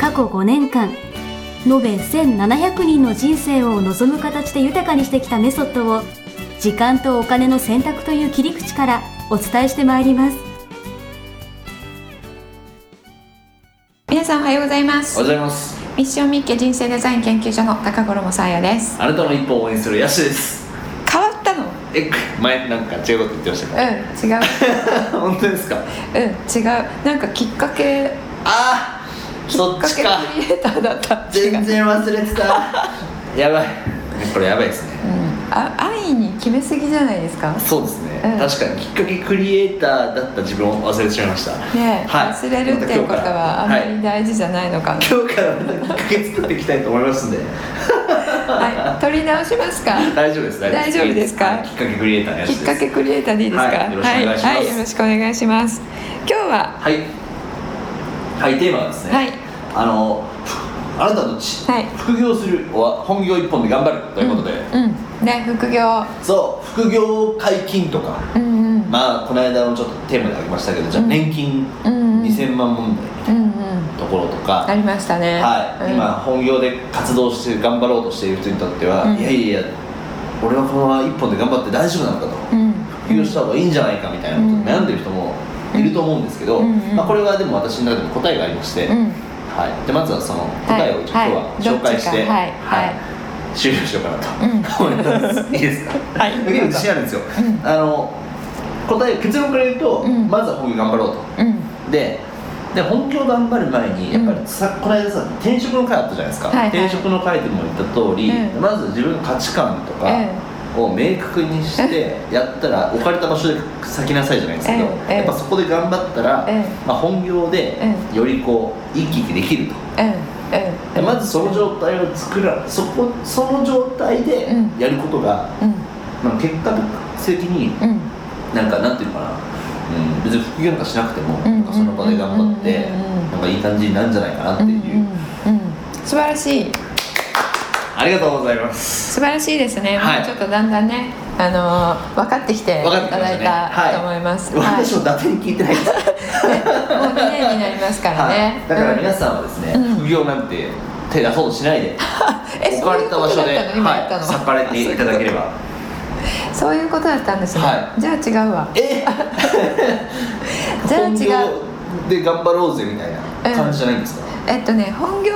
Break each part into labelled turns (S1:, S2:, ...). S1: 過去5年間延べ1700人の人生を望む形で豊かにしてきたメソッドを時間とお金の選択という切り口からお伝えしてまいります
S2: 皆さんおはようございま
S3: お
S2: す
S3: はようございます
S2: ミッションミッケ人生デザイン研究所の高頃もさあやです
S3: あなたの一歩を応援するヤシです
S2: 変わったのうん
S3: え前なんか違うこと言ってましたか、
S2: 違う
S3: 本当ですか
S2: うん違うなんかきっかけ
S3: あーそっ
S2: き
S3: ち
S2: っ
S3: か
S2: かけクリエイターだった
S3: 全
S2: 違う
S3: 然忘れてた やばいこれやばいですね
S2: うん、あ安易に決めすぎじゃないですか
S3: そうですね、
S2: うん
S3: 確かにきっかけクリエイターだった自分を忘れてしまいました
S2: ねえ、
S3: はい
S2: 忘れるっていうことはあ
S3: ま
S2: ま
S3: た
S2: り
S3: 今日
S2: 大事じゃないのかな、
S3: からはい、今日からまたきっかけ作っていきたいと思いますんで
S2: はい取り直しますか
S3: 大丈夫です
S2: 大丈夫ですか
S3: はいきっかけクリエイターのやつ
S2: き
S3: で
S2: っ
S3: す
S2: かけクリエイターでいいですか
S3: はいよろしくお願いします
S2: はいはいよろしくお願いします今日は
S3: はいはいテーマはですね、
S2: はい
S3: あのあなたのち、
S2: はい
S3: 副業するは本業一本で頑張るということで、
S2: うん、うん、ね副業
S3: そう副業解禁とか、
S2: うんうん
S3: まあこの間もちょっとテーマでありましたけどじゃあ
S2: うん
S3: 年金
S2: うんうん
S3: 2000万問題みた
S2: う
S3: い
S2: んうん
S3: なところとか、
S2: ありましたね
S3: はい、
S2: うん
S3: 今本業で活動して頑張ろうとしている人にとっては、
S2: うん
S3: いやいやいや俺はこのまま一本で頑張って大丈夫なのかと、
S2: うん
S3: 副業した方がいいんじゃないかみたいなことで悩んでる人もいると思うんですけど、
S2: うんうん
S3: まあ、これはでも私の中でも答えがありまして、
S2: うん
S3: はい、でまずはその答えをちょっと今日は紹介し
S2: はい
S3: て、
S2: はい
S3: はい終了しようかなと
S2: う
S3: 思います、 いいですか
S2: はい
S3: 結構自信あるんですよ、
S2: うん
S3: あの答え結論から言うと、
S2: うん
S3: まずは本業頑張ろう
S2: うん
S3: とでで本業頑張る前にやっぱりさ、この間さ転職の会あったじゃないですか、
S2: はいはい
S3: 転職の会でも言った通り、
S2: うん
S3: まず自分の価値観とかを明確にしてやったら置かれた場所で咲きなさいじゃないですけど、
S2: うん
S3: やっぱそこで頑張ったら、
S2: うん
S3: まあ、本業でよりこう生き生きできると、
S2: うん
S3: で
S2: うん
S3: まずその状態を作らそこその状態で
S2: うん
S3: やることが、
S2: うん
S3: まあ、結果的に
S2: うん
S3: なんかなんていうのかな、うん、別に副業なんかしなくても、
S2: うん
S3: なんかその場で頑張って、
S2: うんうん
S3: なんかいい感じになるんじゃないかなって
S2: う
S3: い
S2: ん
S3: う、
S2: うん素晴らしい
S3: ありがとうございます
S2: 素晴らしいですね、
S3: はい
S2: もうちょっとだんだんねあのー分かってきてい
S3: 分かって
S2: た
S3: きま
S2: だ
S3: し
S2: い
S3: たね
S2: たと思います、はい
S3: 私も伊達に聞いてないです
S2: もう2年になりますからね、
S3: はい、だから皆さんはですね、
S2: うん
S3: 副業なんて手出そうとしないで、
S2: え
S3: 置かれた場所
S2: そ
S3: で、
S2: ういうことだったの今やったの
S3: い、裂かれていただければ
S2: うんそういうことだったんですね、
S3: は
S2: じゃあ違うわ
S3: え
S2: じゃあ
S3: 本業
S2: 違う
S3: で頑張ろうぜみたいな感じじゃないんですか、
S2: えっとね本業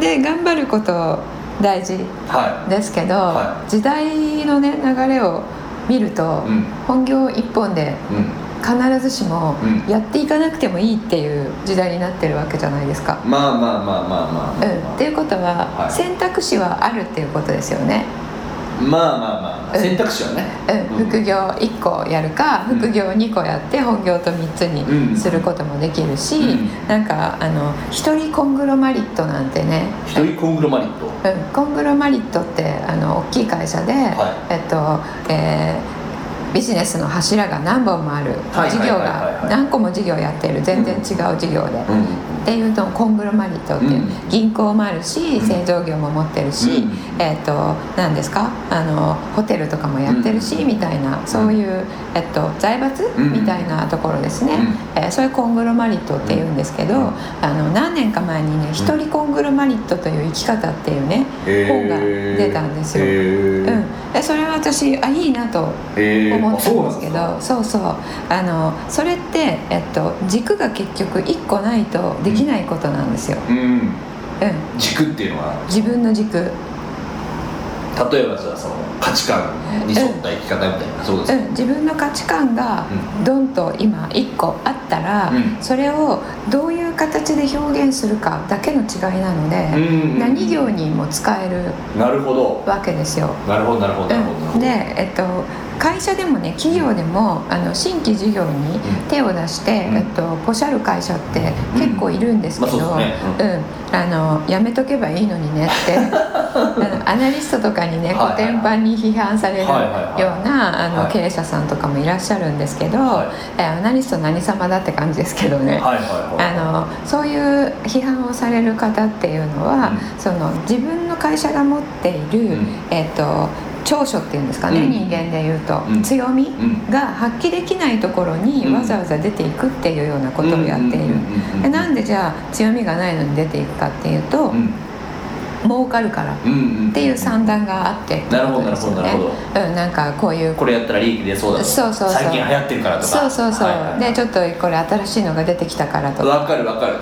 S2: で頑張ること大事
S3: は
S2: ですけど、
S3: は
S2: 時代のね流れを見ると、
S3: うん
S2: 本業一本で
S3: い、うん
S2: 必ずしも
S3: うん
S2: やっていかなくてもいいっていう時代になってるわけじゃないですか。
S3: まあまあまあまあまあまあ、ま
S2: う
S3: あ
S2: ん、っていうことは、
S3: はい
S2: 選択肢はあるっていうことですよね。
S3: まあまあまあ
S2: うん
S3: 選択肢はね、
S2: うん、副業1個やるか
S3: うん
S2: 副業2個やって本業と3つ
S3: う
S2: に
S3: ん
S2: することもできるし、
S3: うん
S2: なんかあの一人コングロマリットなんてね
S3: 一人コングロマリット
S2: うん、コングロマリットってあの大きい会社で、
S3: は
S2: えっとえービジネスの柱が何本もある
S3: はい
S2: 事業
S3: はいはいはい
S2: が
S3: はい
S2: 何個も事業やってる全然違う事業で、
S3: うん
S2: っていうとコングロマリットっていう、
S3: うん
S2: 銀行もあるし
S3: うん
S2: 製造業も持ってるし、
S3: うん
S2: えっと何ですかあのホテルとかもやってるし、
S3: うん
S2: みたいなそういう、えっと、財閥、
S3: うん
S2: みたいなところですね、
S3: う
S2: えーそれコングロマリットっていうんですけど、
S3: うん
S2: あの何年か前にね「一人コングロマリットという生き方」っていうね、本が出たんですよ
S3: へ
S2: う
S3: ー
S2: ん、でそれは私あいいなと
S3: へー
S2: 思っ
S3: あ
S2: た
S3: そうん
S2: で
S3: なん
S2: す
S3: で
S2: けど、そ
S3: すか
S2: うそうあのそれって、えっと、軸が結局1個ないとできないことなんですよ、
S3: うん
S2: うん、
S3: 軸っていうのは
S2: 自分の軸、うん、
S3: 例えばじゃあその価値観に沿った生き方みたいなそうですか
S2: 自分の価値観がドンと今1個あったら、
S3: うん
S2: それをどういう形で表現するかだけの違いなの
S3: うん
S2: で、
S3: うん
S2: 何行にも使える
S3: なるほど
S2: わけですよ。
S3: なるほどなるほどなるほど
S2: うん、で、えっと、会社でもね企業でもあの新規事業に手を出して、
S3: うん
S2: えっと、ポシャる会社って結構いるんですけど、
S3: うんまあそうです
S2: うんあのやめとけばいいのにねって あのアナリストとかにね
S3: はいはいは
S2: 古
S3: い
S2: 典版に批判されるよう
S3: はいはいはい
S2: なあ
S3: は
S2: の
S3: い
S2: 経営者さんとかもいらっしゃるんですけど、
S3: はい
S2: えアナリスト何様だって感じですけどね。
S3: はいはいはい
S2: あのそういう批判をされる方っていうのは、
S3: う
S2: その自分の会社が持っている、
S3: うん
S2: えっと長所っていうんですかね、
S3: うん
S2: 人間でいうと、
S3: うん
S2: 強み
S3: うん
S2: が発揮できないところに
S3: うん
S2: わざわざ出ていくっていうようなことをやっている。でなんでじゃあ強みがないのに出ていくかっていうと、
S3: うん
S2: 儲かるからっ
S3: うんうんうん
S2: ていう算段があって
S3: なるほどなるほどなるほど
S2: ど、うん、なんかこういう
S3: これやったら利益出そうだとか
S2: そうそうそう
S3: 最近流行ってるからとか
S2: そうそうそう、
S3: はいはいはい
S2: でちょっとこれ新しいのが出てきたからとか、
S3: わかるわかる
S2: うん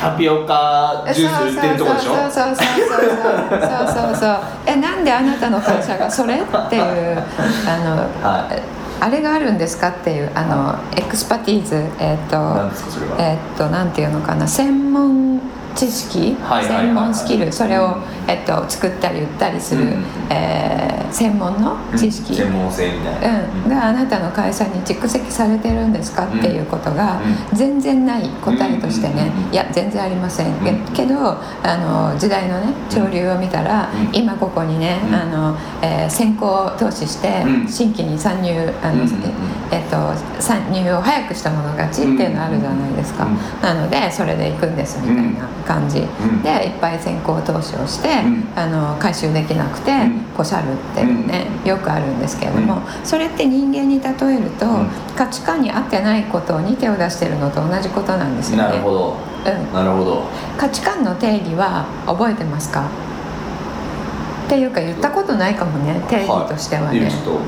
S3: タピオカジュース売ってるとこでしょ
S2: そうそうそうそうそうそうそうそうえなんであなたの会社がそれっていうあの
S3: はい
S2: あれがあるんですかっていうあのエクスパティーズえっ、
S3: な
S2: と
S3: んですかそれは
S2: えっ、となんていうのかな専門知識、
S3: はいはいはいはい
S2: 専門スキルそれを、
S3: うん
S2: えっと作ったり売ったりする、
S3: うんうんうん
S2: えー専門の知識、
S3: うん専門性みたいな
S2: うん、があなたの会社に蓄積されてるんですかっていうことが
S3: う
S2: 全然ない答えとしてね
S3: うんうん
S2: いや全然ありません
S3: ん
S2: けけどあの時代のね潮流を見たら
S3: うん
S2: 今ここにね
S3: うん
S2: あの、えー先行投資して
S3: うん
S2: 新規に参入あの、
S3: うんうんうん
S2: えっと、参入を早くした者勝ちっていうのあるじゃないですか
S3: うん
S2: なのでそれで行くんですみたいな感じ
S3: うん
S2: でいっぱい先行投資をして
S3: うん
S2: あの回収できなくて
S3: うん
S2: ポシャるっていうねよくあるんですけれども、それって人間に例えると、
S3: うん
S2: 価値観に合ってないことに手を出してるのと同じことなんですよね
S3: なるほど
S2: うん、
S3: なるほど
S2: 価値観の定義は覚えてますかっていうか言ったことないかもね定義としてはね、
S3: い
S2: い
S3: いやちょっと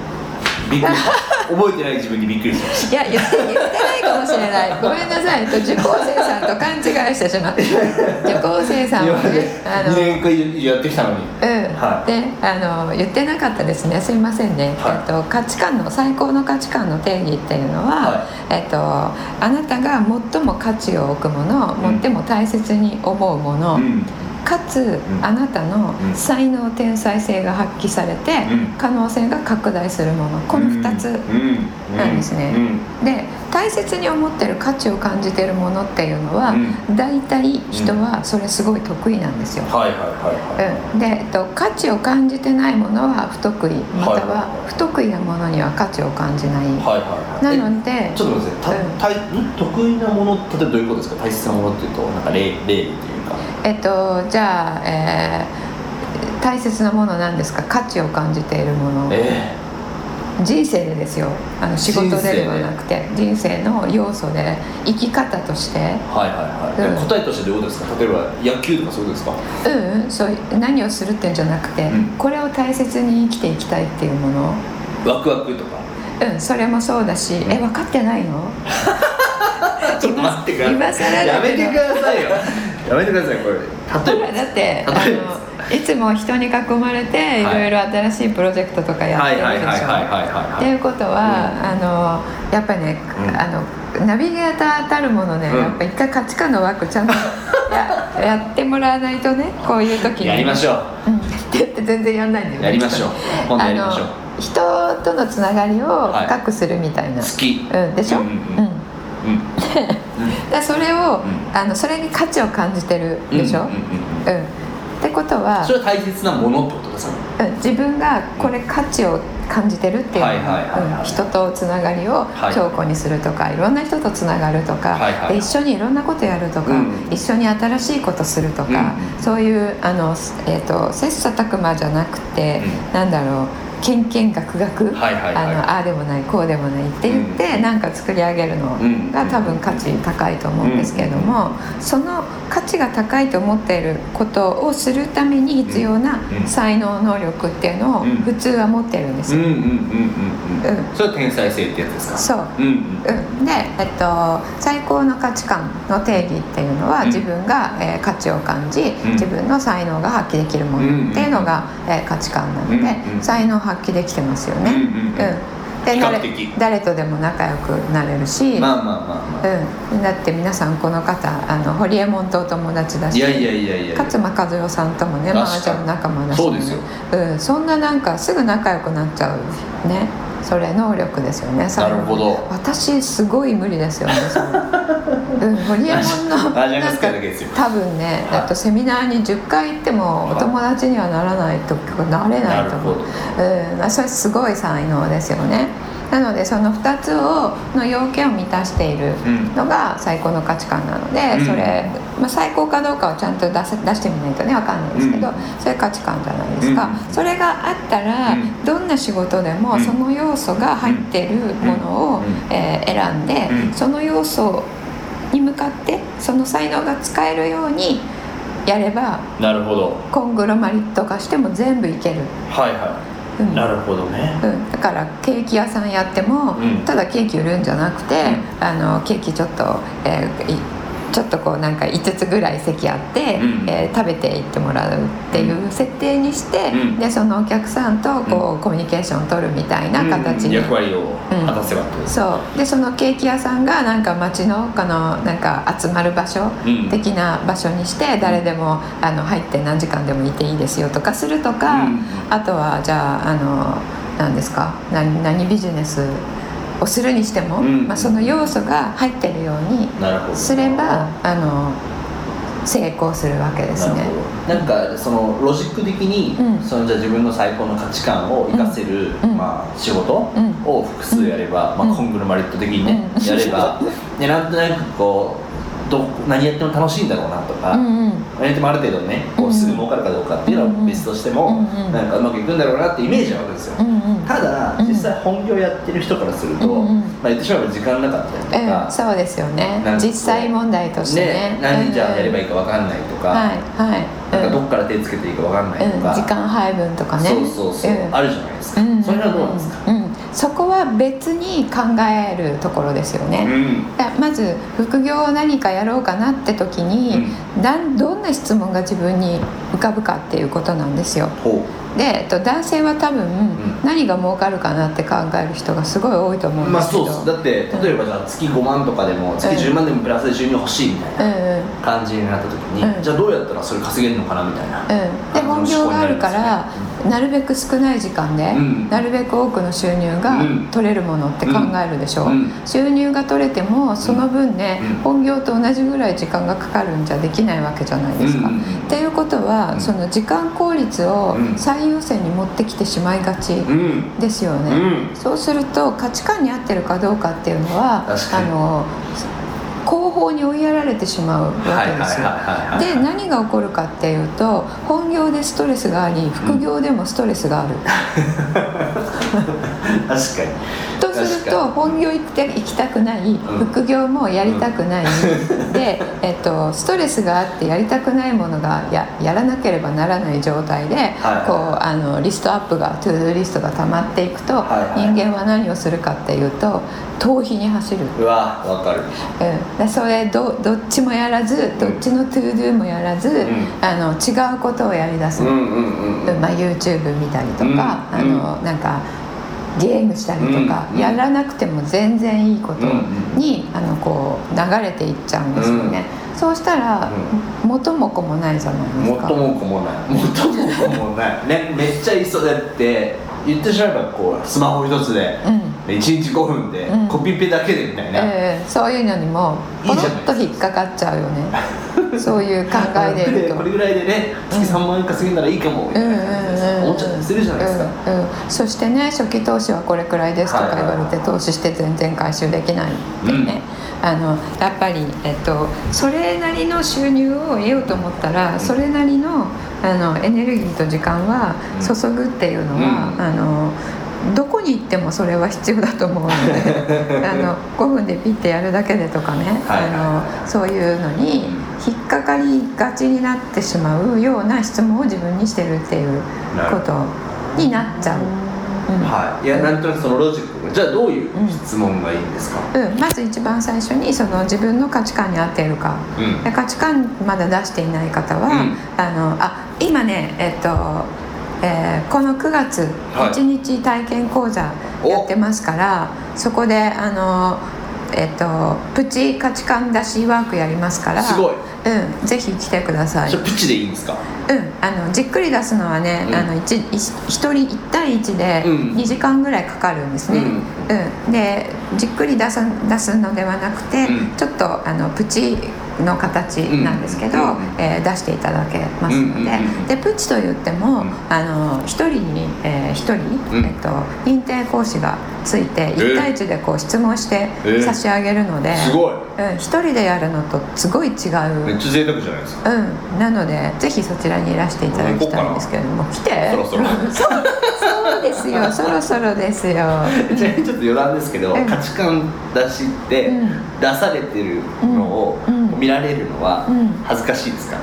S3: びっくりした覚えてない自分にびっくりした
S2: や言って言ってないかもしれないごめんなさいと受講生さんと勘違いしてしまって受講生さん
S3: 今
S2: は
S3: まで
S2: ねあ
S3: 2
S2: の
S3: 年間以上やってきたのに
S2: うん
S3: はい
S2: であの言ってなかったですねすいませんね、
S3: はい
S2: えっと、価値観の最高の価値観の定義っていうのは、えっと、あなたが最も価値を置くもの
S3: うん
S2: 最も大切に思うもの、
S3: うん
S2: かつ、
S3: ん
S2: あなたの
S3: うん
S2: 才能天才性が発揮されて、
S3: うん
S2: 可能性が拡大するものこの2つ、
S3: うん
S2: なんですね
S3: うん
S2: で大切に思ってる価値を感じてるものっていうのは、
S3: う
S2: 大体人はそれすごい得意なんですよ、
S3: はいはいはいはい
S2: うんでえっと、価値を感じてないものは不得意または不得意なものには価値を感じない、
S3: はいはいはい
S2: なので
S3: えちょっと待ってくださいた大ん得意なもの例えばどういうことですか大切なものっていうとなんか例例っていうか
S2: えっと、じゃあ、えー大切なものなんですか価値を感じているもの
S3: え
S2: 人生でですよあの仕事
S3: 人生
S2: で
S3: で
S2: ではなくて人生の要素で生き方として
S3: えはいはいはい
S2: うん
S3: え答えとしてどういうことですか例えば野球とかそういうことですか
S2: うんうんそういう何をするっていうんじゃなくて、
S3: うん
S2: これを大切に生きていきたいっていうもの
S3: ワクワクとか
S2: うんそれもそうだし、え分かってないの
S3: ちょっと待ってください
S2: 今更
S3: や
S2: だけ
S3: め
S2: ど
S3: てくださいよ やめてくださいこれ
S2: ほ
S3: 例
S2: ら
S3: え
S2: だってあ
S3: 例えば
S2: のいつも人に囲まれてい
S3: はい
S2: ろいろ新しいプロジェクトとか
S3: ば
S2: やっ
S3: は
S2: て
S3: いはい
S2: るで
S3: はい
S2: し
S3: は
S2: ょ。
S3: いはい
S2: っ
S3: はい
S2: て
S3: はい
S2: いうことは、あのやっぱりね、
S3: うん
S2: あのナビゲーターたるものね、
S3: うん
S2: やっぱ一回価値観の枠ちゃん とややってもらわないとねこういう時に
S3: やりましょう
S2: うんって言って全然やんないんだよね
S3: やりましょう今度やりましょう
S2: あの人とのつながりを
S3: はい
S2: 深くするみたいな、
S3: 好き
S2: うん、でしょ、
S3: うんうんうん
S2: うん
S3: うん
S2: だからそれを、
S3: ん
S2: あのそれに価値を感じてる
S3: うん
S2: でしょ、
S3: うんうんうん
S2: うんってことは
S3: それは大切なものってことですか
S2: うん自分がこれ価値を感じてるっていうの
S3: はいはいはいはい
S2: うん人とつながりを
S3: はい
S2: 強固にするとか、い、ろんな人とつながるとか、
S3: はいはい
S2: で一緒にいろんなことやるとか、
S3: うん
S2: 一緒に新しいことするとか、
S3: うん
S2: そういうあの、すえー、と切磋琢磨じゃなくて、
S3: うん
S2: なんだろうけんけんがくがく、
S3: はいはいはい
S2: あのああでもないこうでもないって言って、なんか作り上げるの
S3: う
S2: が
S3: ん
S2: 多分価値高いと思うんですけれども、その価値が高いと思っていることをするために必要な
S3: うんうん
S2: 才能能力っていうのを
S3: うん
S2: 普通は持ってるんです
S3: うん
S2: よ。
S3: うんう
S2: う
S3: んうんうんそれは天才性ってやつですか
S2: そう
S3: うんうん
S2: うん、で、えっと、最高の価値観の定義っていうのは、
S3: うん
S2: 自分が、えー価値を感じ、
S3: ん
S2: 自分の才能が発揮できるものっていうのが、えー価値観なので、
S3: うんうん
S2: 才能発揮できてますよね。
S3: うんうんうん
S2: で
S3: 比
S2: 誰
S3: 較的
S2: 誰とでも仲良くなれるし、
S3: まあまあまあま
S2: うん、だって皆さんこの方あの堀江門とお友達だ
S3: あ
S2: し
S3: いやいやいやいや
S2: 勝間和代さんともね
S3: 確かに
S2: マージャン仲間だし、ね、
S3: そうですよ
S2: うん、そんななんかすぐ仲良くなっちゃうねそれ能力ですよね
S3: なるほど
S2: 私すごい無理ですよね それうんホリエモンの
S3: あじゃあ
S2: なん
S3: 助
S2: か
S3: けだけですよ
S2: 多分ね、
S3: はい
S2: えっと、セミナーに10回行っても
S3: はい
S2: お友達にはならないとなれないと思う
S3: なる
S2: うん、それすごい才能ですよねなのでその2つをの要件を満たしている
S3: うん
S2: のが最高の価値観なので、
S3: うん
S2: それ、まあ、最高かどうかをちゃんと出せ出してみないとね分かんないですけど、
S3: うん
S2: そういう価値観じゃないですか、
S3: うん
S2: それがあったら、
S3: うん
S2: どんな仕事で
S3: う
S2: も
S3: ん
S2: その要素が入ってるものを、
S3: うん
S2: えー選んで、
S3: うん
S2: その要素に向かってその才能が使えるようにやれば
S3: なるほど
S2: コングロマリット化しても全部いける。
S3: はいは
S2: うん
S3: いなるほどね
S2: うん、だからケーキ屋さんやっても、
S3: うん
S2: ただケーキ売るんじゃなくて、あのケーキちょっと、えーいちょっとこうなんか5つぐらい席あって、
S3: うん
S2: えー食べていってもらうっていう設定にして、
S3: うん
S2: でそのお客さんとこう、コミュニケーション取るみたいな形
S3: うん
S2: に、
S3: 役割を
S2: うん
S3: 果たせばってことです
S2: そうでそのケーキ屋さんがなんか町のこのなんか集まる場所
S3: うん
S2: 的な場所にして誰でもあの入って何時間でもいていいですよとかするとか、
S3: うん
S2: あとはじゃああの何ですか何何ビジネスをするにしても、
S3: うん
S2: まあ、その要素が入ってるように
S3: なるほど
S2: すればあの成功するわけです
S3: な
S2: ね
S3: る。ほどなんかそのロジック的に、
S2: うん
S3: そのじゃあ自分の最高の価値観を生かせる、
S2: うん
S3: まあ、仕事
S2: うん
S3: を複数やれば、
S2: う
S3: ま
S2: ん
S3: あ、コングルマリット的にね、
S2: うん
S3: やれば でなんとなくこうど何やっても楽しいんだろうなとか、
S2: うんうん
S3: 何やってもある程度ねこ
S2: う
S3: うんすぐ儲かるかどうかっていうのは別としても、
S2: うんうん
S3: なんかうまくいくんだろうなってイメージなわけですよ、
S2: うんうん
S3: ただ
S2: うん
S3: 実際本業やってる人からすると、
S2: うんうん
S3: まあ、言ってしまえば時間なかったりと
S2: え
S3: か、
S2: えそうですよね
S3: なんかこう
S2: 実際問題としてね
S3: ね何時じゃあやれば
S2: いい
S3: いいか分かんないとか、
S2: はいはい
S3: なんか
S2: うん
S3: どっから手つけていいか分かんないと
S2: うん
S3: か、
S2: 時間配分とかね
S3: そうそうそう、
S2: ん
S3: あるじゃないですか、
S2: うん
S3: それはどうなんですか、
S2: うんそこは別に考えるところですよね、
S3: ん
S2: だまず副業を何かやろうかなって時に、なんどんな質問が自分に浮かぶかっていうことなんですよ
S3: ほ
S2: で、えっと、男性は多分
S3: ん
S2: 何が儲かるかなって考える人がすごい多いと思
S3: う
S2: うんで
S3: まあ
S2: すけど、
S3: そうですだって例えばじゃあ月5万とかでも月10万でもプラスで収入欲しいみたいな
S2: うんうん
S3: 感じになった時に、
S2: うん
S3: じゃあどうやったらそれ稼げるのかなみたいな、
S2: うん、で本業があるからなるべく少ない時間で、
S3: うん
S2: なるべく多くの収入が
S3: うん
S2: 取れるものって考えるでしょ、
S3: うん
S2: 収入が取れてもその分ね、
S3: うん
S2: 本業と同じぐらい時間がかかるんじゃできないわけじゃないですか。
S3: う
S2: っ
S3: ん
S2: ていうことは、
S3: うん
S2: その時間効率を
S3: うん
S2: 最優先に持ってきてしまいがち
S3: うんうん
S2: ですよね。
S3: うん
S2: そうすると価値観に合ってるかどうかっていうのは
S3: 確かに
S2: あの後方に追いやられてしまうわ
S3: はい
S2: け
S3: はいはい
S2: ですよ。
S3: はいはい
S2: で何が起こるかっていうと本業でストレスがあり副業でもストレスがある、
S3: 確かに
S2: とする
S3: 確か
S2: と
S3: に
S2: 本業行って行きたくない、
S3: ん
S2: 副業もやりたくない、で、えっと、ストレスがあってやりたくないものがややらなければならない状態で、
S3: はい
S2: こうあのリストアップがトゥードゥーリストが溜まっていくと、
S3: はいはい
S2: 人間は何をするかっていうと逃避に走る。
S3: うわわかる
S2: うん、でそれどどっちもやらずどっちのトゥードゥもやらず、
S3: ん
S2: あの違うことをやりだす、
S3: うんうんうんうん
S2: まあ、YouTube 見たりとか、
S3: うん
S2: あのなんかゲームしたりとか、
S3: うん
S2: やらなくても全然いいこと
S3: うん
S2: に、あのこう流れていっちゃうんですよね、そうしたら、元も子もないじゃないですか
S3: 元も子もない元も子もないねめっちゃいそうだって言ってしまえばこうスマホ一つで
S2: うん
S3: 1日5分で
S2: うん
S3: コピペだけでみたいな、
S2: ええそういうのにもポロッと引っかかっちゃうよね そういう考えでいると
S3: これぐらいでね月3万円稼げたらいいかもみたいな感じで思っちゃったりするじゃないですか、
S2: うんうんそしてね初期投資はこれくらいですとか言われて
S3: はい
S2: 投資して全然回収できないってね、あのやっぱり、えっと、それなりの収入を得ようと思ったらそれなりのあのエネルギーと時間は
S3: うん
S2: 注ぐっていうのは、
S3: うん
S2: あのどこに行ってもそれは必要だと思うの であの5分でピッてやるだけでとかね、
S3: はいはい
S2: あのそういうのに引っかかりがちになってしまうような質問を自分にしてるっていうことになっちゃう。うん
S3: はいいやなんとなくそのロジックがじゃあどういう質問がいいんですか
S2: うん、まず一番最初にその自分の価値観に合っているか
S3: うん、
S2: で価値観まだ出していない方は、
S3: うん
S2: あのあ今ねえっと、えーこの9月
S3: はい
S2: 1日体験講座やってますから、そこであのえっとプチ価値観出しワークやりますから
S3: すごい
S2: うん、ぜひ来てください
S3: そ。れピッチでいいんですか
S2: うん、あのじっくり出すのはね、
S3: うん
S2: あの一一一人一対一で
S3: うん
S2: 2時間ぐらいかかるんですね。
S3: う
S2: うんん、でじっくり出す出すのではなくて、
S3: うん
S2: ちょっとあのプチの形なんですけど、
S3: うん
S2: えー出していただけますので、
S3: うんうんうん
S2: でプチと言っても、
S3: うん
S2: あの一人にえー、一人、
S3: うん
S2: えっと認定講師がついて一対一でこう質問して
S3: えー
S2: 差し上げるので、
S3: すごい
S2: うん一人でやるのとすごい違う。
S3: めっちゃ贅沢じゃないですか
S2: うん、なのでぜひそちらにいらしていただきたいんですけれども来て
S3: そろそろ
S2: そうそうですよそろそろですよ
S3: ちなみにちょっと余談ですけど、
S2: うん
S3: 価値観出しって、
S2: うん
S3: 出されてるのを
S2: うん
S3: 見られるのは
S2: うん
S3: 恥ずかしいですか、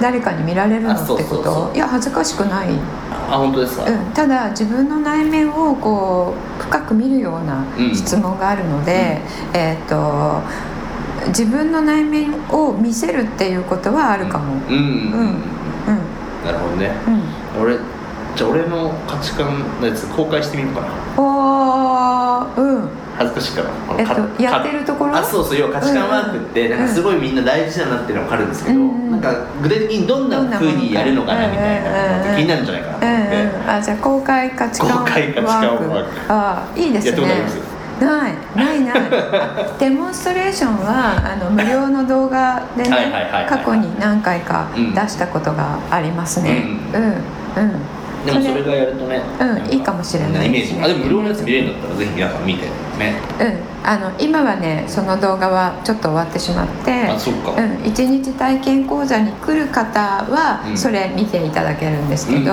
S2: 誰かに見られるのってこと
S3: あそうそうそう
S2: いや恥ずかしくない、うん、
S3: あ本当ですか、
S2: ただ自分の内面をこう深く見るような
S3: うん
S2: 質問があるので、えっ、と自分の内面を見せるっていうことはあるかも、うん
S3: うん、う
S2: う
S3: ん
S2: ん
S3: なるほどね
S2: うん
S3: 俺じゃあ俺の価値観のやつ公開してみようかな
S2: おーうん
S3: 恥ずかしいからこの
S2: えっと
S3: か
S2: やってるところ
S3: あそうそう要は価値観ワークって
S2: うん
S3: なんかすごいみんな大事だなっていうのは分かるんですけど、
S2: うん
S3: なんか具体的にどんな風にやるのかなみたいなのって気になるんじゃないかなと
S2: うん
S3: 思って、
S2: うん、あじゃあ公開価値観
S3: 公開価値観ワーク
S2: あいいです
S3: やったことあり
S2: ね
S3: ます
S2: ないないない あデモンストレーションはあの無料の動画でね
S3: はいはいはいはい
S2: 過去に何回か
S3: うん
S2: 出したことがありますね
S3: う
S2: うんうん、
S3: でもそれがやるとね、
S2: うん
S3: なん
S2: いいかもしれない
S3: イメージあでも無料のやつ見れるんだったらぜひ皆さん見てね
S2: うん、あの今はねその動画はちょっと終わってしまって
S3: あそっか、
S2: うん、1日体験講座に来る方
S3: う
S2: は
S3: ん
S2: それ見ていただけるんですけど、
S3: うん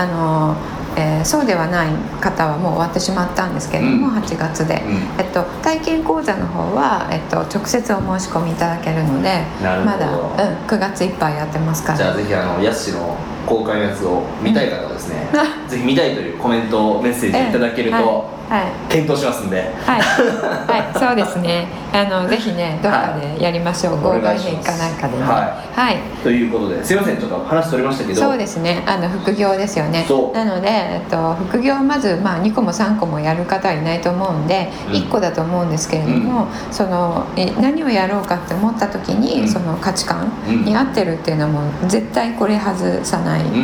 S2: あのえーそうではない方はもう終わってしまったんですけれども、
S3: うん
S2: 8月で、
S3: うん
S2: えっと、体験講座の方は、えっと、直接お申し込みいただけるので
S3: なるほど
S2: まだ、うん、9月いっぱいやってますか
S3: じゃ
S2: ら
S3: あぜひあのヤッシーの公開のやつを見たい方はですね、 ぜひ見たいというコメントメッセージいただけると、
S2: うんはい、はい
S3: 検討しますんで
S2: はい、はい、そうですね。あのぜひね、どっかでやりましょう。
S3: はい
S2: 号外編かなんかでね。
S3: は
S2: はい。
S3: ということですいませんちょっと話取れましたけど
S2: そうですね。あの副業ですよね
S3: そう。
S2: なので、えっと副業まずまあ2個も3個もやる方はいないと思うんで、
S3: うん
S2: 1個だと思うんですけれども、そのえ何をやろうかって思った時に、
S3: うん
S2: その価値観
S3: うん
S2: に合ってるっていうのも絶対これ外さない。
S3: うんうんう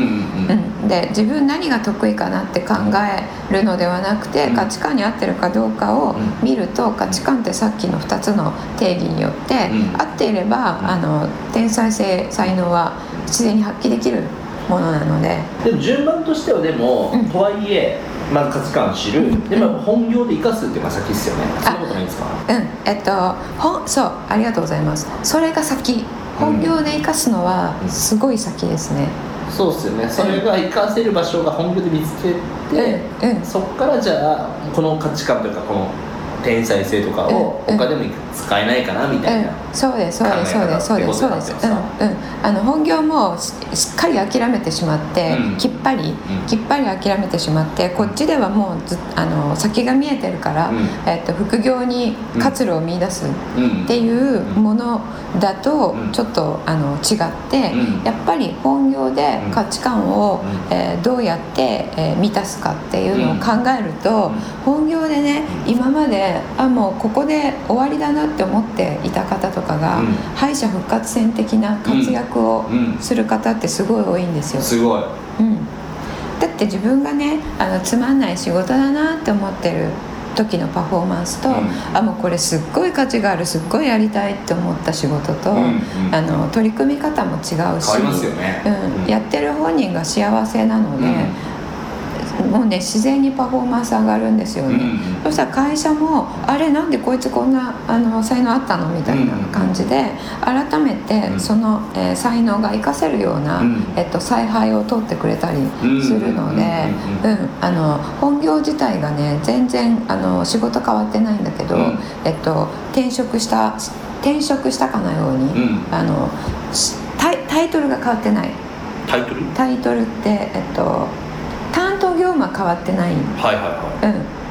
S3: ん、
S2: うん、で自分何が得意かなって考えるのではなくて、
S3: うん
S2: 価値観に合ってるかどうかを
S3: うん
S2: 見ると、価値観ってさっきの2つの定義によって、
S3: うん
S2: 合っていれば、
S3: うん
S2: あの天才性才能は自然に発揮できるものなので、
S3: でも順番としてはでも、
S2: うん
S3: とはいえまず価値観を知る、
S2: うん
S3: でも本業で生かすっていうのが先ですよねそんなことないんですか
S2: うんえっと、ほんそうありがとうございますそれが先本業で生かすのは
S3: うん
S2: すごい先ですね。
S3: そうですよねそれが活かせる場所が本業で見つけて、
S2: うんうん
S3: そっからじゃあこの価値観というかこの天才性とかを
S2: うん
S3: 他でも使えないかなみたいな、
S2: うん、そうですそうです
S3: 考
S2: そう
S3: え方
S2: ですそうですそうです
S3: って
S2: うん
S3: こと
S2: う
S3: なん
S2: んあの本業もししっかり諦めてしまって、
S3: うん
S2: きっぱり
S3: ん
S2: きっぱり諦めてしまってこっちではもうずあの先が見えてるから、
S3: うん
S2: えっと副業に活路を見出すっ
S3: うん
S2: ていうものだと
S3: うん
S2: ちょっとあの違って、
S3: うん
S2: やっぱり本業で価値観を、
S3: う
S2: えーどうやって、えー満たすかっていうのを考えると、
S3: うん
S2: 本業でね今まであもうここで終わりだなって思っていた方とかが、
S3: うん
S2: 敗者復活戦的な活躍を
S3: うん
S2: する方ってすごい多いんですよ。
S3: すごい
S2: うん、だって自分がねあのつまんない仕事だなって思ってる時のパフォーマンスと、
S3: うん
S2: あもうこれすっごい価値があるすっごいやりたいって思った仕事と、
S3: うんうん
S2: あの取り組み方も違うし
S3: 変わりますよね
S2: うんやってる本人が幸せなので、もうね自然にパフォーマンス上がるんですよ
S3: うん
S2: ね。
S3: うん
S2: そしたら会社もあれなんでこいつこんなあの才能あったのみたいな感じで、改め
S3: うん
S2: てその、えー才能が活かせるような、
S3: うん
S2: えっと、采配を取ってくれたりするので
S3: う
S2: うんあの本業自体がね全然あの仕事変わってないんだけど、
S3: うん
S2: えっと、転職した転職したかのよう
S3: う
S2: に、
S3: ん
S2: あのしタイタイトルが変わってない
S3: タイトルはい
S2: タイトルって、えっと、担当業務は変わってない
S3: はいは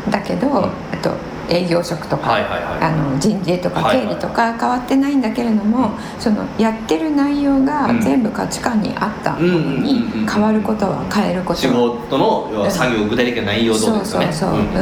S2: うん、だけど、
S3: うん
S2: あと営業職とか、
S3: はいはいはい
S2: あの人事とか
S3: はいは
S2: 経
S3: い
S2: 理とか変わってないんだけれども、そのやってる内容が
S3: うん
S2: 全部価値観に合ったもの
S3: うん
S2: に
S3: うんうんうん
S2: 変わることは変えるこ
S3: い仕
S2: とは
S3: 事の要は作業具体的な内容どう
S2: そ
S3: で
S2: う
S3: す
S2: そ
S3: よ
S2: う
S3: ね
S2: そう、うん
S3: ん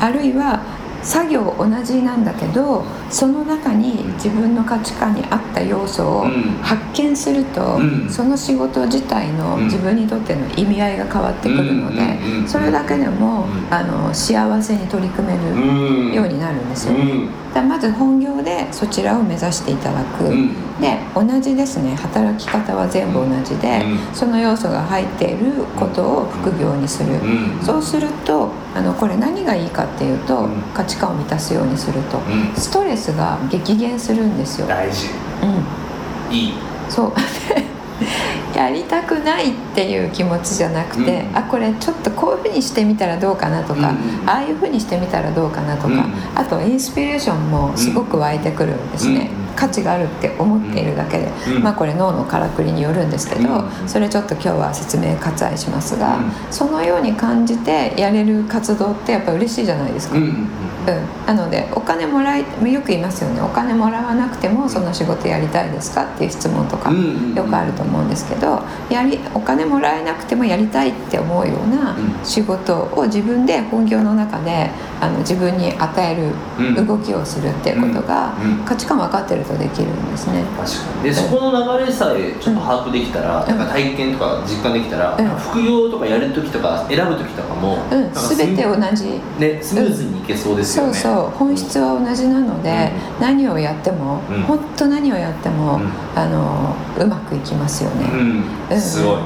S2: あるいは作業同じなんだけどその中に自分の価値観に合った要素を
S3: うん
S2: 発見すると、
S3: うん
S2: その仕事自体の
S3: うん
S2: 自分にとっての意味合いが変わってくるので、
S3: うんうんうん
S2: それだけでも、
S3: うん
S2: あの幸せに取り組め
S3: う
S2: る
S3: ん
S2: ようになるんです
S3: う
S2: よ。
S3: ん
S2: だからまず本業でそちらを目指していただく、
S3: うん
S2: で同じですね働き方は全部同じで、
S3: うん
S2: その要素が入っていることを副業にする、
S3: うん
S2: そうするとあのこれ何がいいかっていうと、
S3: うん
S2: 価値観を満たすようにすると、
S3: うん
S2: ストレスが激減するんですよ、
S3: 大事
S2: う
S3: いい
S2: ん、そう やりたくないっていう気持ちじゃなくて、
S3: うん
S2: あこれちょっとこういうふうにしてみたらどうかなとか、
S3: うん
S2: ああいうふうにしてみたらどうかなとか、
S3: うん
S2: あとインスピレーションもすごく湧いてくるんですね、
S3: うん
S2: 価値があるって思っているだけで、
S3: うん
S2: まあこれ脳のからくりによるんですけど、
S3: うん
S2: それちょっと今日は説明割愛しますが、
S3: うん
S2: そのように感じてやれる活動ってやっぱ嬉しいじゃないですか。
S3: う
S2: うんん
S3: うん
S2: なのでお金もらいよく言いますよねお金もらわなくてもその仕事やりたいですかっていう質問とか
S3: うんうんうん
S2: よくあると思うんですけどやりお金もらえなくてもやりたいって思うような
S3: うん
S2: 仕事を自分で本業の中であの自分に与え
S3: うん
S2: る動きをするっていうことが
S3: うんうん
S2: 価値観分かってるとできるんですね。
S3: 確かにでそこの流れさえちょっと把握できたら、
S2: ん
S3: なんか体験とか実感できたら、
S2: うん
S3: 副業とかやるときとか選ぶときとかも、
S2: う
S3: なん
S2: ん、
S3: かす
S2: 全て同じ
S3: ね、スムーズにいけそうですよ
S2: そう
S3: ね、
S2: そう本質は同じなので、
S3: う
S2: 何をやっても、
S3: うん
S2: 本当何をやっても、
S3: うん
S2: あのうまくいきますよね、
S3: う
S2: うんん
S3: すごい
S2: うん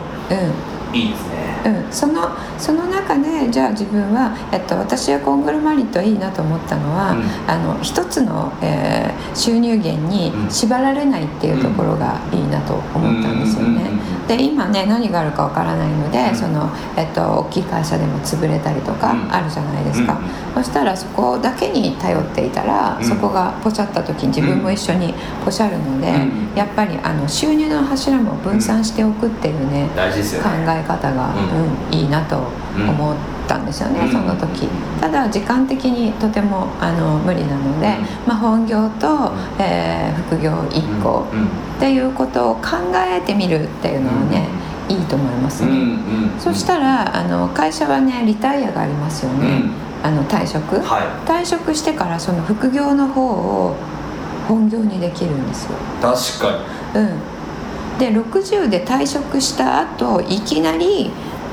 S3: いいですね
S2: うん、そのその中でじゃあ自分は、えっと、私はコングルマリットいいなと思ったのは、
S3: うん
S2: あの一つの、えー収入源に
S3: うん
S2: 縛られないっていうところがいいなと思ったんですよね。
S3: うんうんうんうん
S2: で今ね何があるかわからないので、
S3: うん
S2: そのえっと、大きい会社でも潰れたりとか
S3: うん
S2: あるじゃないですか、
S3: うんうん
S2: そしたらそこだけに頼っていたら、
S3: うん
S2: そこがポシャった時に自分も一緒にポシャるので、
S3: うん
S2: やっぱりあの収入の柱も分散しておくっていうね、
S3: 大事ですよ
S2: 考
S3: ね
S2: え方が、
S3: うん
S2: うんいいなと思ったんですよね、
S3: うん
S2: その時ただ時間的にとてもあの無理なので、まあ、本業と、えー副業1個
S3: うん
S2: っていうことを考えてみるっていうのはね、いいと思います
S3: うん
S2: ね、
S3: うんうん
S2: そしたらあの会社はねリタイアがありますよ
S3: う
S2: ね、
S3: ん
S2: あの退職、
S3: は
S2: 退職してからその副業の方を本業にできるんですよ
S3: い確か
S2: うん、で60で退職した後いきなり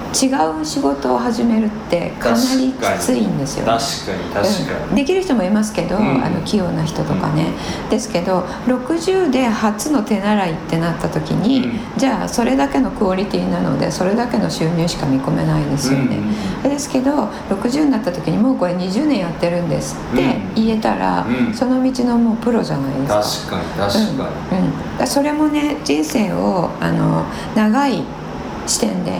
S2: 違う仕事を始めるってかなりきついんですよ。
S3: に確かに確か
S2: うんできる人もいますけど、
S3: うん
S2: あの器用な人とかね、ですけど60で初の手習いってなった時に、
S3: うん
S2: じゃあそれだけのクオリティなのでそれだけの収入しか見込めないですよね、ですけど60になった時にもうこれ20年やってるんですって言えたら、
S3: うん
S2: その道のもうプロじゃない
S3: に
S2: ですか
S3: 確かに確か
S2: うんうん、だからそれもね人生をあの長い視点で
S3: に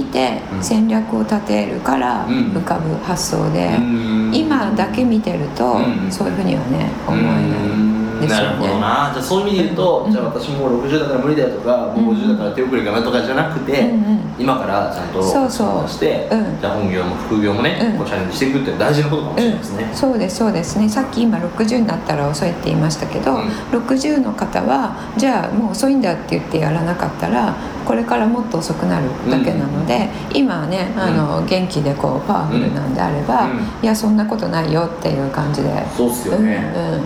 S3: う
S2: 見
S3: ん
S2: て
S3: うん
S2: 戦略を立てるから
S3: うん
S2: 浮かぶ発想で、
S3: うん
S2: 今だけ見てると、
S3: うん
S2: そういうふうにはね思えないです
S3: なる
S2: よ
S3: ほど
S2: ね。
S3: なじゃあそういう意味で言うと、
S2: うん
S3: じゃあ私もう60だから無理だよとか、もう50だから手遅れかなとかじゃなくて、
S2: うんうん
S3: 今からちゃんと
S2: そうそう
S3: して、
S2: うん
S3: じゃあ本業も副業もね、
S2: うん
S3: こうチャレンジしていくっていうのは大事なことかもしれないですね、
S2: そうですそうですねさっき今60になったら遅いって言いましたけど、
S3: うん
S2: 60の方はじゃあもう遅いんだって言ってやらなかったらこれからもっと遅くなるだけなので、今はねあの、元気でこうパワフルなんであれば、
S3: うん
S2: いやそんなことないよっていう感じで。
S3: そうっすよね、
S2: うんうん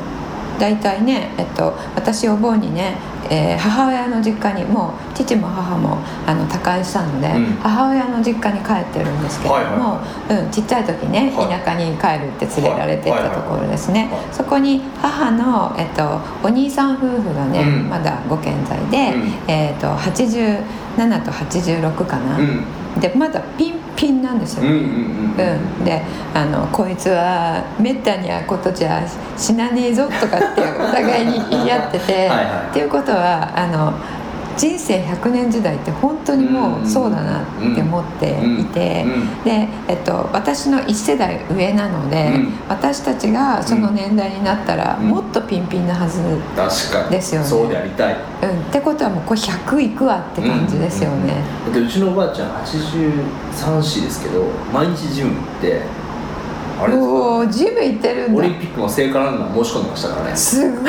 S2: 大体ね、えっと、私お盆にね、えー母親の実家にもう父も母もあの他界したので、
S3: うん
S2: 母親の実家に帰ってるんですけれども、うん、ちっちゃい時ね、
S3: はい
S2: 田舎に帰るって連れられて
S3: はい
S2: たところですね、
S3: はいはいはい
S2: そこに母の、えっと、お兄さん夫婦がね、
S3: うん
S2: まだご健在で、
S3: う
S2: えっと87と86かな、
S3: うん
S2: でまだピンピンなんですよ、
S3: うんうんうん
S2: うん、であの「こいつはめったにあことじゃ死なねえぞ」とかって お互いに言い合ってて
S3: はいはい
S2: っていうことはあの人生100年時代って本当にもうそうだなって思っていて。
S3: うん
S2: でえっと、私の1世代上なので、
S3: うん
S2: 私たちがその年代になったら
S3: うん
S2: もっとピンピンなはず、うん
S3: 確かに
S2: ですよね
S3: そうでありたい
S2: ってことはもうこれ100いくわって感じですよね、
S3: だってうちのおばあちゃん83歳ですけど毎日ジム行ってあれですか
S2: おージム行ってるん
S3: オ
S2: だ
S3: リンピックの聖火ランナー申し込んでましたからね
S2: すごい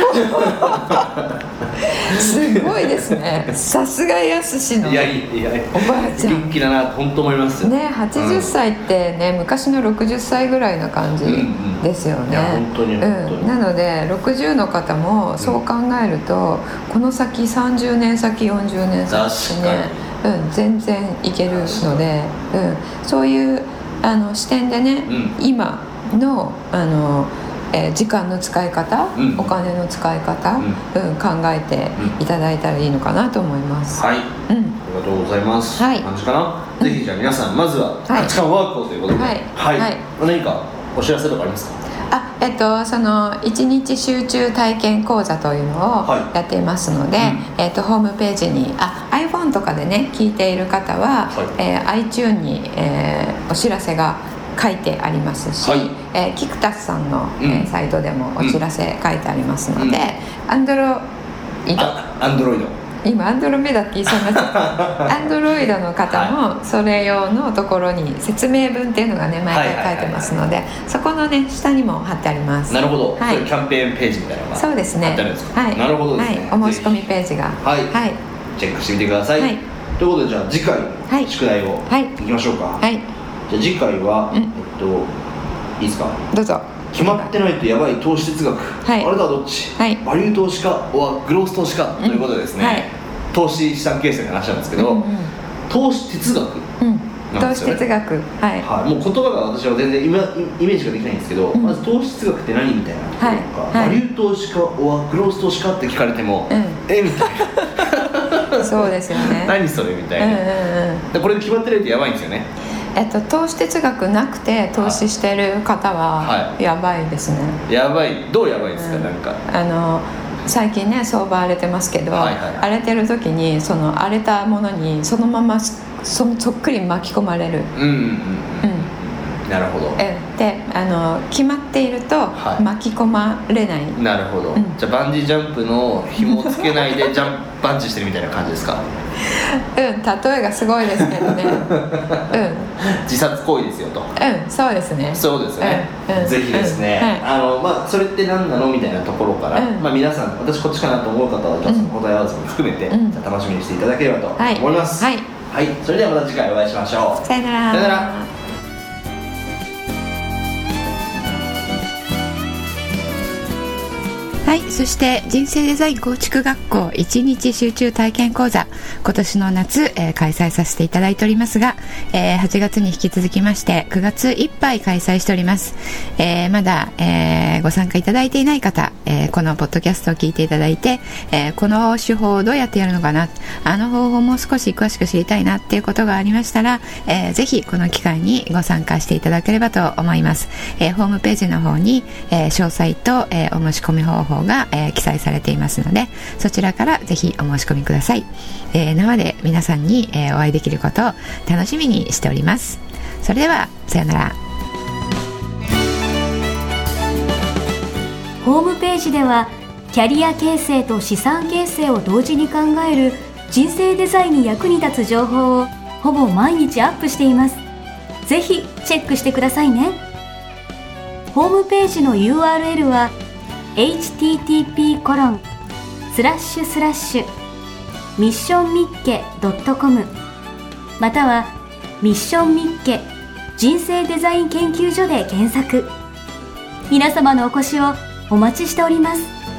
S2: すごいですねさすがやすしの
S3: いやいやいや
S2: おばあちゃん
S3: 元気だなって本当思いますよ
S2: ね80歳ってね、昔の60歳ぐらいな感じ
S3: うんうん
S2: ですよ
S3: い
S2: ね
S3: や、本当に本当に
S2: うん、なので60の方もそう考えると、この先30年先40年先
S3: 確
S2: ね、うん、全然いけるので、うん、そういうあの視点でね、
S3: う
S2: 今のあの、えー時間の使い方、
S3: うん
S2: お金の使い方、
S3: う
S2: うん考えていただいたらいいのかなと思います。
S3: はい
S2: うん
S3: ありがとうございます
S2: はい
S3: 感じかなぜひじゃあ皆さんまずは
S2: はい
S3: 価値観ワークをということで
S2: はいはい
S3: 何かお知らせとかありますか
S2: あえっと、その1日集中体験講座というのを
S3: はい
S2: やっていますので、えっと、ホームページにあ iPhone とかでね聞いている方は、
S3: は
S2: えー iTune に、えーお知らせが書いてありますし、
S3: はい
S2: えーキクタスさんの、
S3: うん
S2: えーサイトでもお知らせ書いてありますので、アンドロイド
S3: あアンドロイド
S2: 今アンドロメダって言いそうになっちゃ ったアンドロイドの方もそれ用のところに説明文っていうのがね毎
S3: はいはいはいはい
S2: 回書いてますのでそこのね下にも貼ってあります
S3: なるほど
S2: はい
S3: そういうキャンペーンページみたいなのが
S2: そうです
S3: 貼っ
S2: ね
S3: てあるんですか
S2: はい
S3: なるほどですね
S2: はい、お申し込みページが
S3: はい
S2: はい
S3: チェックしてみてください、
S2: はい
S3: ということでじゃあ次回
S2: い
S3: 宿題を
S2: はい
S3: いきましょうか、
S2: はい
S3: じゃあ次回は、
S2: うん
S3: えっといいですか
S2: どうぞ
S3: 決まってないとやばい投資哲学、
S2: い
S3: あれとはどっち、
S2: はい
S3: バリュー投資家はグロース投資家ということでですね、
S2: はい
S3: 投資資産形成の話なんですけど、
S2: うんうん
S3: 投資哲学、
S2: うん
S3: なん
S2: 投
S3: です
S2: 資
S3: よね
S2: 哲学はい
S3: はい、もう言葉が私は全然今イメージができないんですけど、
S2: うん
S3: まず投資哲学って何みたいなところとか、
S2: はいはい
S3: バリュー投資家はグロース投資家って聞かれても、
S2: うん
S3: えみたい な
S2: そうですよ ね
S3: 何それみた
S2: う
S3: い
S2: んう
S3: な、
S2: んうん
S3: でこれ決まってないとやばいんですよね
S2: えっと投資哲学なくて投資してる方は
S3: は
S2: やばいですね、
S3: やばいどうやばいですか、
S2: うん
S3: なんか
S2: あの最近ね相場荒れてますけど、
S3: はいはい
S2: 荒れてる時にその荒れたものにそのままそそそっくり巻き込まれる、
S3: うんうん
S2: う
S3: うんん、なるほど
S2: えであの決まっていると
S3: はい
S2: 巻き込まれない、
S3: なるほど、
S2: うん
S3: じゃあバンジージャンプの紐をつけないでジャンバンジーしてるみたいな感じですか
S2: うん例えがすごいですけ どね
S3: 自殺行為ですよと
S2: うんうんそうですね
S3: そうですよね、
S2: うんうん
S3: ぜひですね、
S2: うんはい
S3: あのまあそれって何なのみたいなところから、
S2: うん
S3: まあ皆さん私こっちかなと思う方はじゃあその答え合わせも含めて、
S2: うん
S3: じゃあ楽しみにしていただければと
S2: はい
S3: 思います
S2: はい、
S3: はいそれではまた次回お会いしましょう
S2: さよなら
S3: さよなら
S2: はい、そして人生デザイン構築学校1日集中体験講座今年の夏、えー開催させていただいておりますが、えー8月に引き続きまして9月いっぱい開催しております、えーまだ、えーご参加いただいていない方、えーこのポッドキャストを聞いていただいて、えーこの手法をどうやってやるのかなあの方法も少し詳しく知りたいなっていうことがありましたら、えーぜひこの機会にご参加していただければと思います、えーホームページの方に、えー詳細と、えーお申し込み方法が、えー記載されていますのでそちらからぜひお申し込みください、えー生で皆さんに、えーお会いできることを楽しみにしておりますそれではさようなら
S1: ホームページではキャリア形成と資産形成を同時に考える人生デザインに役に立つ情報をほぼ毎日アップしていますぜひチェックしてくださいねホームページの URL は http コロンスラッシュスラッシュミッションミッケ .com またはミッションミッケ人生デザイン研究所で検索皆様のお越しをお待ちしております